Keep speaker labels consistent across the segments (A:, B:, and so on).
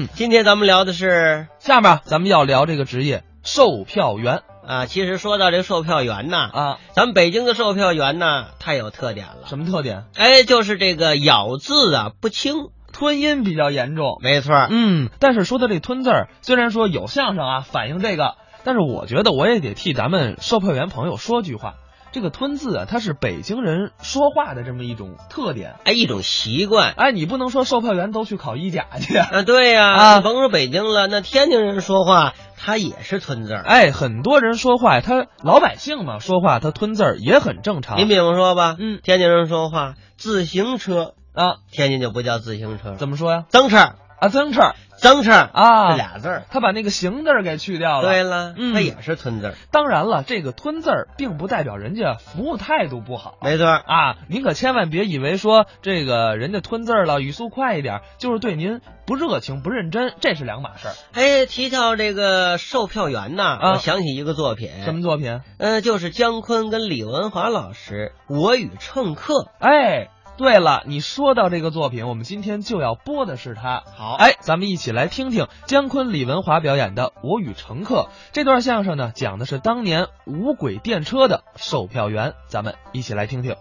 A: 嗯今天咱们聊的是
B: 下面咱们要聊这个职业售票员
A: 啊，其实说到这售票员呐，
B: 啊，
A: 咱们北京的售票员呐，太有特点了。
B: 什么特点？
A: 哎，就是这个咬字啊不清。
B: 吞音比较严重。
A: 没错，
B: 嗯，但是说到这吞字儿，虽然说有相声啊反映这个，但是我觉得我也得替咱们售票员朋友说句话。这个吞字啊，它是北京人说话的这么一种特点。
A: 哎，一种习惯。
B: 哎，你不能说售票员都去考医甲去 啊。
A: 啊，对呀、
B: 啊
A: 甭说北京了，那天津人说话他也是吞字儿。
B: 哎，很多人说话，他老百姓嘛，说话他吞字儿也很正常。
A: 您比方说吧，
B: 嗯
A: 天津人说话自行车，
B: 啊，
A: 天津就不叫自行车，
B: 怎么说呀？
A: 增车
B: 啊，增翅儿
A: 增车这
B: 啊，
A: 俩字儿。
B: 他把那个行字儿给去掉了。
A: 对了，
B: 嗯
A: 他也是吞字儿。
B: 当然了，这个吞字儿并不代表人家服务态度不好
A: 没错儿，
B: 啊，您可千万别以为说这个人家吞字儿了，语速快一点，就是对您不热情、不认真，这是两码事儿。
A: 哎，提到这个售票员呐，
B: 啊
A: 我想起一个作品，
B: 什么作品？
A: 呃，就是姜昆跟李文华老师《我与乘客》。
B: 哎，对了，你说到这个作品，我们今天就要播的是它。
A: 好哎，
B: 哎，咱们一起来听听姜昆、李文华表演的《我与乘客》这段相声呢，讲的是当年无轨电车的售票员，咱们一起来听听。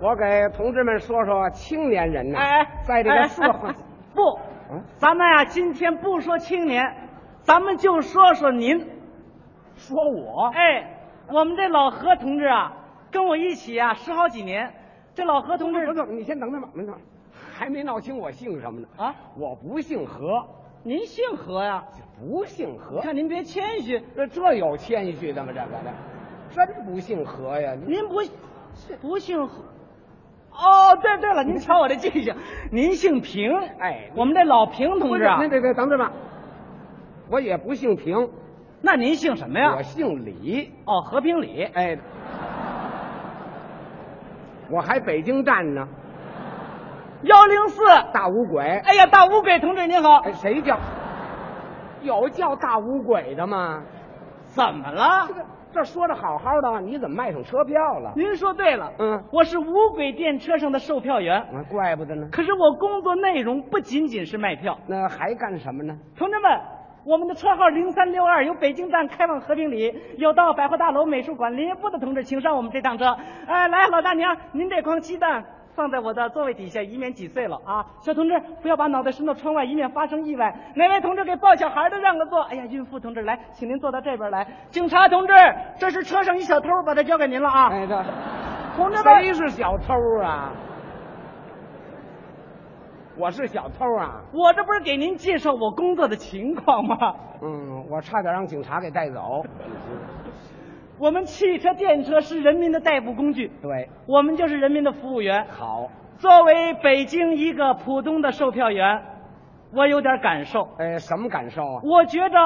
C: 我给同志们说说青年人呢，
D: 哎，
C: 在这个社会
D: 哎哎哎 不
C: 嗯，
D: 咱们呀、今天不说青年，咱们就说说您。
C: 说我
D: 哎，我们这老何同志啊，跟我一起啊十好几年。这老何同
C: 不是
D: 志
C: 不是，你先等等吧，等等，还没闹清我姓什么呢。
D: 啊，
C: 我不姓何，
D: 您姓何呀？
C: 不姓何，
D: 看您别谦虚，
C: 这这有谦虚的吗？这个的，真不姓何呀！你
D: 您不不姓何。哦，对对了，您瞧我这记性，您姓平，
C: 哎
D: 我们这老平同志啊
C: 不是，那那那等等吧，我也不姓平，
D: 那您姓什么呀
C: 我？姓李。
D: 哦，和平里，
C: 哎，我还北京站呢，
D: 幺 零四。
C: 大五鬼。
D: 哎呀，大乌鬼同志您好
C: 哎，，谁叫？有叫大五鬼的吗？
D: 怎么了
C: 这？个这说的好好的，你怎么卖上车票了？
D: 您说对了，
C: 嗯
D: 我是无轨电车上的售票员，
C: 啊，怪不得呢。
D: 可是我工作内容不仅仅是卖票。
C: 那还干什么呢？
D: 同志们，我们的车号零三六二由北京站开往和平里，有到百货大楼、美术馆、林业部的同志，请上我们这趟车。哎，来，老大娘，您这筐鸡蛋。放在我的座位底下，以免挤碎了啊！小同志，不要把脑袋伸到窗外，以免发生意外。哪位同志给抱小孩的让个座？哎呀，孕妇同志来，请您坐到这边来。警察同志，这是车上一小偷，把他交给您了啊！
C: 哎，这
D: 同志们，
C: 谁是小偷啊？我是小偷啊！
D: 我这不是给您介绍我工作的情况吗？
C: 嗯，我差点让警察给带走。
D: 我们汽车、电车是人民的代步工具，
C: 对，
D: 我们就是人民的服务员。
C: 好，
D: 作为北京一个普通的售票员，我有点感受，
C: 呃，什么感受啊？
D: 我觉着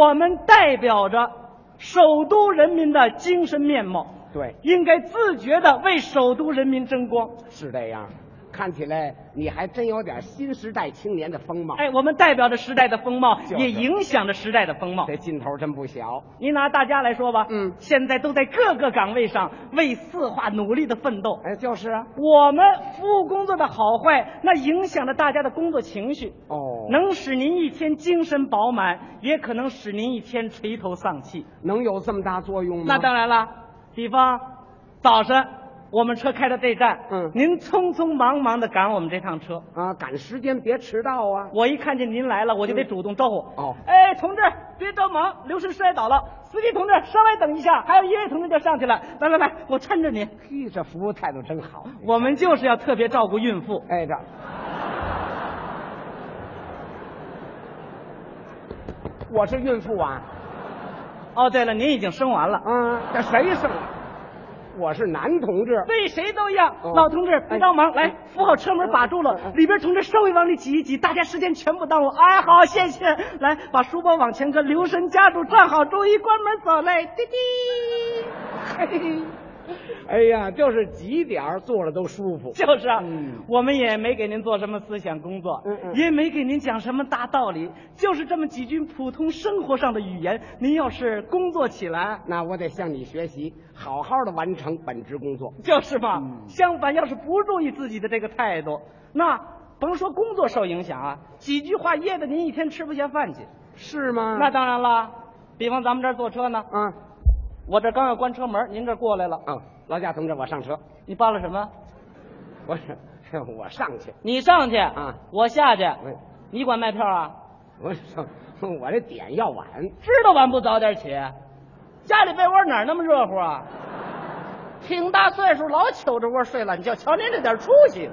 D: 我们代表着首都人民的精神面貌，
C: 对，
D: 应该自觉的为首都人民争光。
C: 是这样。看起来你还真有点新时代青年的风貌，
D: 哎，我们代表着时代的风貌，
C: 就是啊
D: 也影响着时代的风貌。
C: 这劲头真不小。
D: 您拿大家来说吧，
C: 嗯
D: 现在都在各个岗位上为四化努力的奋斗。
C: 哎，就是啊。
D: 我们服务工作的好坏，那影响着大家的工作情绪，
C: 哦，
D: 能使您一天精神饱满，也可能使您一天垂头丧气。
C: 能有这么大作用吗？
D: 那当然了，比方早晨我们车开到这站，
C: 嗯
D: 您匆匆忙忙的赶我们这趟车，
C: 啊，赶时间别迟到啊！
D: 我一看见您来了，我就得主动招呼。
C: 哦
D: 哎，同志，别着忙，刘师摔倒了，司机同志稍微等一下，还有一位同志就上去了，来来来，我搀着您。
C: 嘿，哎这服务态度真好。
D: 我们就是要特别照顾孕妇。
C: 哎，这我是孕妇啊！
D: 哦，对了，您已经生完了，
C: 啊，这谁生的？我是男同志。
D: 对谁都一样。
C: 哦哎
D: 老同志，别着忙，来扶好车门，把住
C: 哎哎
D: 了。里边同志稍微往里挤一挤，大家时间全部耽误。哎，好，谢谢。来，把书包往前搁，留神夹住，站好，注意关门走嘞。滴滴，
C: 嘿，哎呀，就是挤点儿坐着都舒服。
D: 就是啊
C: 嗯，
D: 我们也没给您做什么思想工作
C: 嗯，嗯
D: 也没给您讲什么大道理，就是这么几句普通生活上的语言。您要是工作起来，
C: 那我得向你学习，好好的完成本职工作。
D: 嗯就是嘛。相反，要是不注意自己的这个态度，那甭说工作受影响啊，几句话噎得您一天吃不下饭去。
C: 是吗？
D: 那当然了，比方咱们这儿坐车呢，
C: 啊
D: 我这刚要关车门，您这儿过来了，
C: 啊，劳驾同志，我上车，
D: 你扒拉什么？
C: 我 我上去，
D: 你上去
C: 啊
D: 我下去
C: 喂，
D: 你管卖票啊？
C: 我上，我这点要晚，
D: 知道晚不早点起，家里被窝哪儿那么热乎啊？挺大岁数，老揪着窝睡懒觉，瞧您这点出息。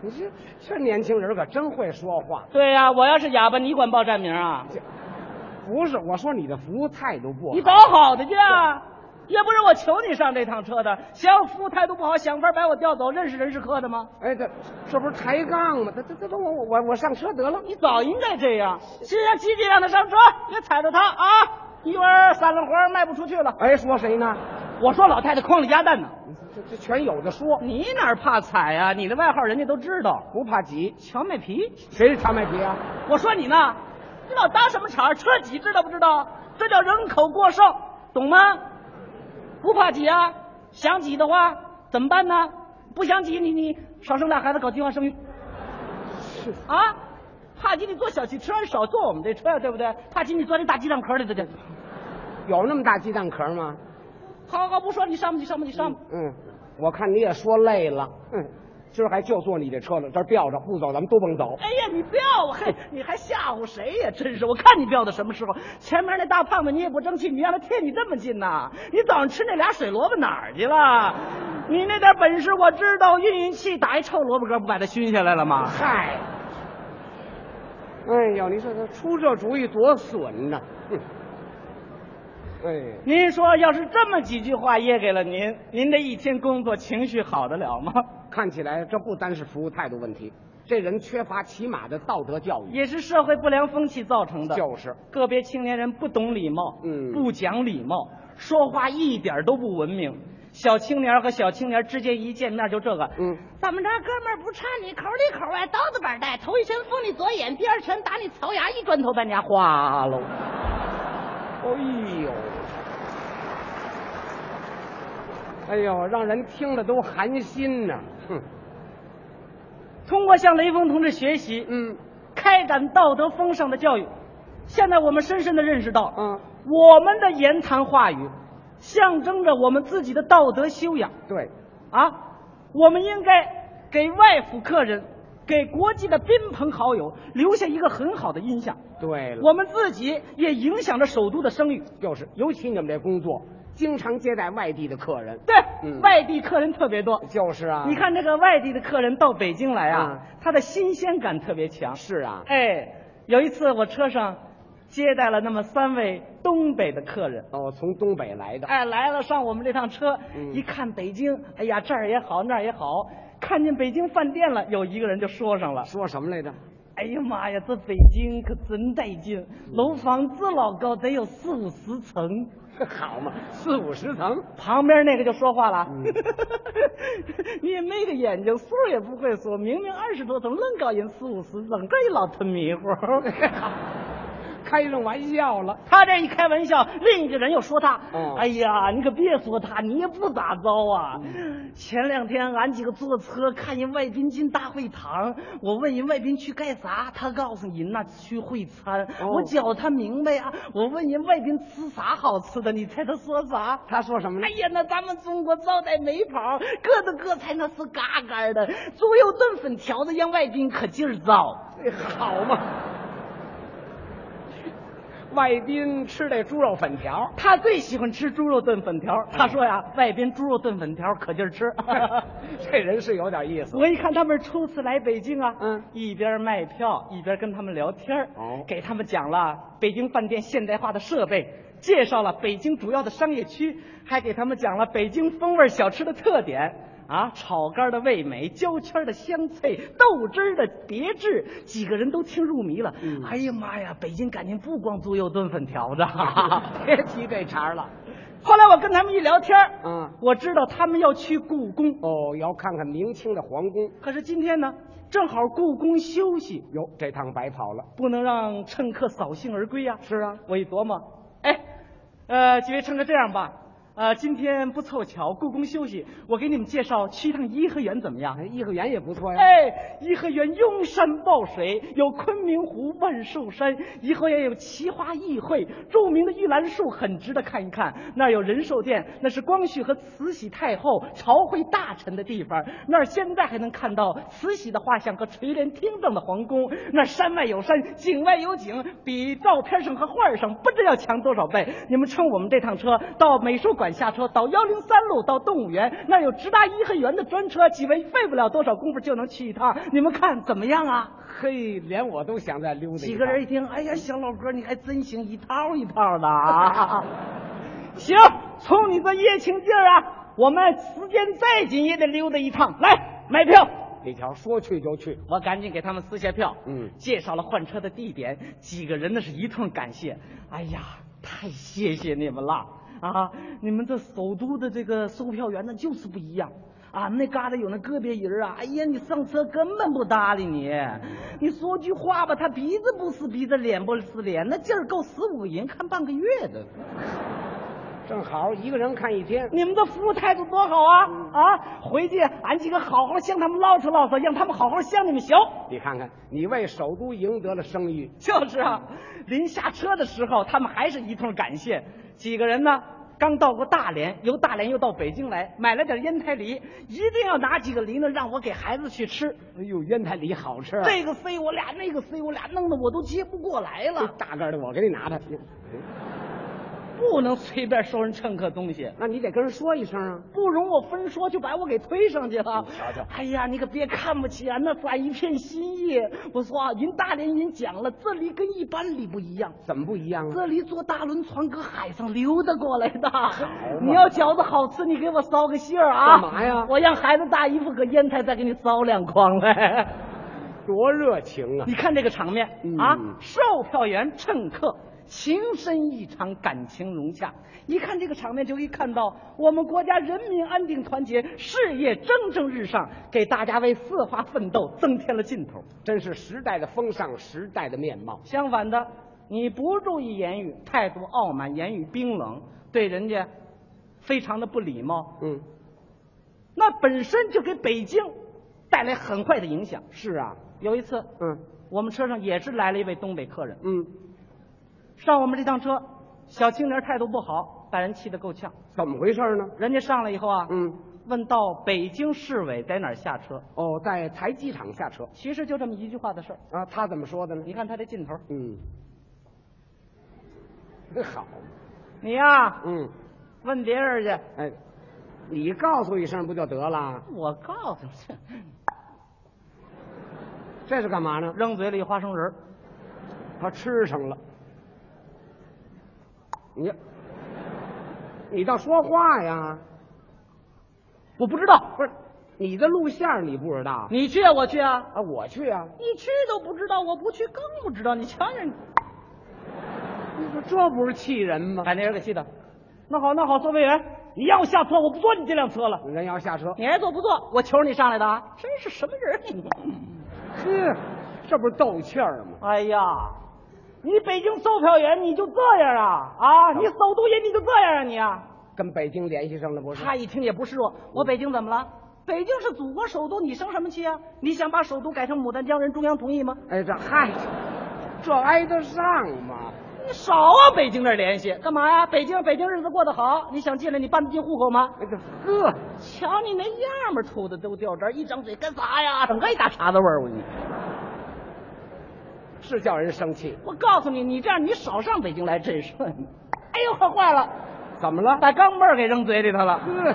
C: 你这这年轻人可真会说话。
D: 对呀、我要是哑巴，你管报站名啊？
C: 不是，我说你的服务态度不好。
D: 你搞好的去啊！也不是我求你上这趟车的，嫌我服务态度不好，想法把我调走，认识人是客的吗？
C: 哎，这这不是抬杠吗？这这这都我我我上车得了。
D: 你早应该这样，心上急急让他上车，别踩着他啊！一会儿散了活儿卖不出去了。
C: 哎，说谁呢？
D: 我说老太太筐里鸭蛋呢，
C: 这这全有的说，
D: 你哪儿怕踩啊？你的外号人家都知道，
C: 不怕挤。
D: 荞麦皮。
C: 谁是荞麦皮啊？
D: 我说你呢，你老搭什么茬儿？车挤知道不知道？这叫人口过剩，懂吗？不怕挤啊，想挤的话怎么办呢？不想挤你你少生俩孩子，搞计划生育。啊，怕挤你坐小汽车，你少坐我们这车呀，对不对？怕挤你钻这大鸡蛋壳里头去。
C: 有那么大鸡蛋壳吗？
D: 好好不说，你上吧，你上吧，你上吧。
C: 嗯，我看你也说累了。嗯，今儿还就坐你这车了，这儿吊着不走，咱们都甭走。
D: 哎呀，你不要我，嘿，你还吓唬谁呀？真是，我看你飙到什么时候？前面那大胖子你也不争气，你让他贴你这么近呐、你早上吃那俩水萝卜哪儿去了？你那点本事我知道，运运气打一臭萝卜嗝不把它熏下来了吗？
C: 嗨，哎呦，你说他出这主意多损呐、哼哎，
D: 您说要是这么几句话噎给了您，您这一天工作情绪好得了吗？
C: 看起来这不单是服务态度问题，这人缺乏起码的道德教育。
D: 也是社会不良风气造成的，
C: 就是
D: 个别青年人不懂礼貌，
C: 嗯
D: 不讲礼貌，说话一点都不文明。小青年和小青年之间一见面就这个，
C: 嗯，
E: 怎么着，哥们儿不差你，口里口外，刀子板带，头一拳封你左眼，第二拳打你槽牙，一砖头搬家伙。
C: 花喽！哎呦，哎呦，让人听了都寒心呐、哼，
D: 通过向雷锋同志学习，
C: 嗯
D: 开展道德风尚的教育，现在我们深深的认识到，
C: 嗯，
D: 我们的言谈话语象征着我们自己的道德修养。
C: 对，
D: 啊，我们应该给外府客人、给国际的宾朋好友留下一个很好的印象。
C: 对了，
D: 我们自己也影响着首都的声誉。
C: 就是，尤其你们这工作，经常接待外地的客人，
D: 对，
C: 嗯
D: 外地客人特别多。
C: 就是啊，
D: 你看这个外地的客人到北京来啊
C: 啊，
D: 他的新鲜感特别强。
C: 是啊，
D: 哎，有一次我车上接待了那么三位东北的客人。
C: 哦，从东北来的，
D: 哎，来了，上我们这趟车，
C: 嗯
D: 一看北京，哎呀，这儿也好，那儿也好，看见北京饭店了，有一个人就说上了，
C: 说什么来着？
D: 哎呀妈呀，这北京可真带劲！楼房这老高，得有四五十层。
C: 好嘛，四五十层，
D: 旁边那个就说话了：“
C: 嗯
D: 你也没个眼睛，数儿也不会数，明明二十多层，愣搞人四五十层，这一老吞迷 糊。
C: 开上玩笑了。”
D: 他这一开玩笑，另一个人又说他：“
C: 嗯
D: 哎呀，你可别说他，你也不咋着啊。前两天俺几个坐车看人外宾进大会堂，我问人外宾去干啥，他告诉人呐去会餐。
C: 哦
D: 我搅他明白啊，我问人外宾吃啥好吃的，你猜他说啥？
C: 他说什么呢
D: 哎？呀，那咱们中国招待没跑，各的各菜那是嘎嘎的，猪肉炖粉条子让外宾可劲儿造。
C: 哎好嘛，外宾吃这猪肉粉条，
D: 他最喜欢吃猪肉炖粉条，他说呀，外边猪肉炖粉条可劲儿吃。
C: 这人是有点意思。
D: 我一看他们初次来北京啊，
C: 嗯
D: 一边卖票一边跟他们聊天儿
C: 哦
D: 给他们讲了北京饭店现代化的设备，介绍了北京主要的商业区，还给他们讲了北京风味小吃的特点啊，炒肝的味美，焦圈的香脆，豆汁儿的别致，几个人都听入迷了。
C: 嗯
D: 哎呀妈呀，北京感情不光猪肉炖粉条 子，
C: 别提这茬儿了。
D: 后来我跟他们一聊天儿
C: 嗯
D: 我知道他们要去故宫，
C: 哦，要看看明清的皇宫。
D: 可是今天呢，正好故宫休息，
C: 哟，这趟白跑了。
D: 不能让乘客扫兴而归呀、
C: 是啊，
D: 我一琢磨，哎，呃，几位乘客这样吧，呃，今天不凑巧，故宫休息，我给你们介绍去一趟颐和园怎么样？
C: 哎颐和园也不错呀。
D: 哎，颐和园拥山抱水，有昆明湖、万寿山；颐和园有奇花异卉，著名的玉兰树很值得看一看。那儿有仁寿殿，那是光绪和慈禧太后朝会大臣的地方。那儿现在还能看到慈禧的画像和垂帘听政的皇宫。那山外有山，景外有景，比照片上和画儿上不知要强多少倍。你们乘我们这趟车到美术馆下车，到幺零三路，到动物园，那儿有直达颐和园的专车，几位费不了多少功夫就能去一趟。你们看怎么样啊？
C: 嘿，连我都想再溜达一趟。
D: 几个人一听，哎呀，小老哥，你还真行，一套一套 的啊！ 行，冲你这热情劲儿啊，我们时间再紧也得溜达一趟。来，买票。
C: 李条说去就去，
D: 我赶紧给他们撕下票，
C: 嗯
D: 介绍了换车的地点，几个人那是一通感谢，哎呀，太谢谢你们了啊！你们这首都的这个售票员那就是不一样。啊，那旮瘩有那个别人啊，哎呀，你上车根本不搭理你，你说句话吧，他鼻子不是鼻子，脸不是脸，那劲儿够十五个人看半个月的。
C: 正好一个人看一天。
D: 你们的服务态度多好啊！啊，回去俺几个好好向他们唠叨唠叨，让他们好好向你们学。
C: 你看看，你为首都赢得了声誉。
D: 就是啊，临下车的时候，他们还是一通感谢。几个人呢，刚到过大连，由大连又到北京来，买了点烟台梨，一定要拿几个梨呢，让我给孩子去吃。
C: 哎呦，烟台梨好吃啊！
D: 这个塞我俩，那个塞我俩，弄得我都接不过来
C: 这
D: 了。
C: 大个儿的，我给你拿 它。
D: 不能随便收人乘客东西，
C: 那你得跟人说一声啊。
D: 不容我分说，就把我给推上去
C: 嗯
D: 了。
C: 瞧瞧
D: 哎呀，你可别看不起啊，那算一片心意。我说啊，您大连人讲了，这梨跟一般梨不一样。
C: 怎么不一样啊？
D: 这里坐大轮船搁海上溜达过来的。你要饺子好吃，你给我捎个信儿啊！
C: 干嘛呀
D: 我让孩子大姨夫搁烟台再给你捎两筐来。
C: 多热情啊！
D: 你看这个场面、
C: 嗯
D: 啊，售票员、乘客情深意长，感情融洽。一看这个场面，就可以看到我们国家人民安定团结，事业蒸蒸日上，给大家为四化奋斗增添了劲头。
C: 真是时代的风尚，时代的面貌。
D: 相反的，你不注意言语，态度傲慢，言语冰冷，对人家非常的不礼貌，
C: 嗯，
D: 那本身就给北京带来很坏的影响。
C: 是啊，
D: 有一次，
C: 嗯
D: 我们车上也是来了一位东北客人，
C: 嗯，
D: 上我们这趟车，小青年态度不好，把人气得够呛。
C: 怎么回事呢？
D: 人家上来以后啊，
C: 嗯，
D: 问到北京市委在哪儿下车，
C: 哦，在台机场下车
D: 其实就这么一句话的事儿。
C: 啊，他怎么说的呢？
D: 你看他这劲头，
C: 嗯， 好，
D: 你呀、
C: 嗯，
D: 问别人去，
C: 哎，你告诉一声不就得了？
D: 我告诉你，
C: 这是干嘛呢？
D: 扔嘴里花生仁儿。
C: 他吃上了。你，你倒说话呀！
D: 我不知道，
C: 不是，你的路线儿你不知道
D: 你去啊，我去啊，
C: 啊？我去啊！
D: 你去都不知道，我不去更不知道。你瞧瞧你，
C: 你说这不是气人吗？
D: 把那人给气的。那好，那好，售票员，你让我下车，我不坐你这辆车了。
C: 人要下车，
D: 你爱坐不坐，我求你上来的啊！真是什么人啊你？
C: 呵，这不是斗气儿吗？
D: 哎呀，你北京售票员你就这样啊啊！你首都人你就这样啊你啊！
C: 跟北京联系上了不是？
D: 他一听也不示弱，我北京怎么了？北京是祖国首都，你生什么气啊？你想把首都改成牡丹江，人中央同意吗？
C: 哎，这嗨，这挨得上吗？
D: 你少啊，北京这联系干嘛呀？北京北京日子过得好，你想进来你办得进户口吗？
C: 哎，这呵，
D: 瞧你那样儿，秃子都掉渣儿，一张嘴干啥呀？整个一大碴子味儿，我啊你。
C: 是叫人生气。
D: 我告诉你，你这样你少上北京来真是。哎呦，快坏了，
C: 怎么了？
D: 把钢镚儿给扔嘴里头了。
C: 呵，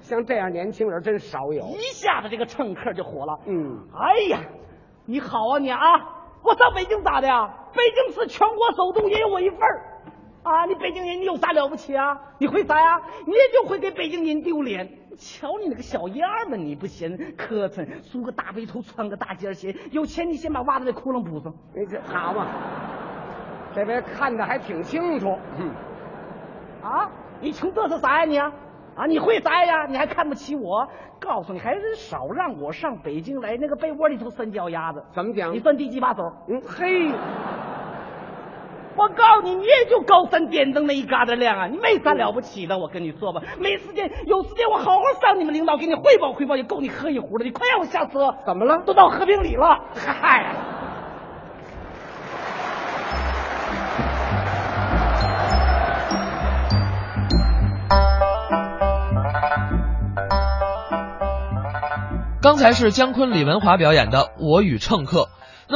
C: 像这样年轻人真少有。
D: 一下子这个乘客就火了。
C: 嗯，
D: 哎呀，你好啊你啊！我上北京咋的呀？北京是全国首都，也有我一份儿。啊，你北京人，你有啥了不起啊？你会啥呀？你也就会给北京人丢脸。瞧你那个小样吧，你不嫌磕碜，梳个大背头，穿个大尖鞋，有钱你先把袜子那窟窿补上。
C: 哎，这好嘛，这位看的还挺清楚。嗯
D: 啊，你穷嘚瑟啥呀你啊？啊，你会啥呀？你还看不起我？告诉你，还是少让我上北京来，那个被窝里头三脚丫子，
C: 怎么讲
D: 你？算第几把手？
C: 嗯，嘿，
D: 我告诉你，你也就高三点灯那一疙瘩亮啊！你没啥了不起的，我跟你说吧，没时间，有时间我好好上你们领导给你汇报汇报，也够你喝一壶的。你快让我下车！
C: 怎么了
D: 都到和平里了，嗨。
B: 刚才是姜昆、李文华表演的《我与乘客》，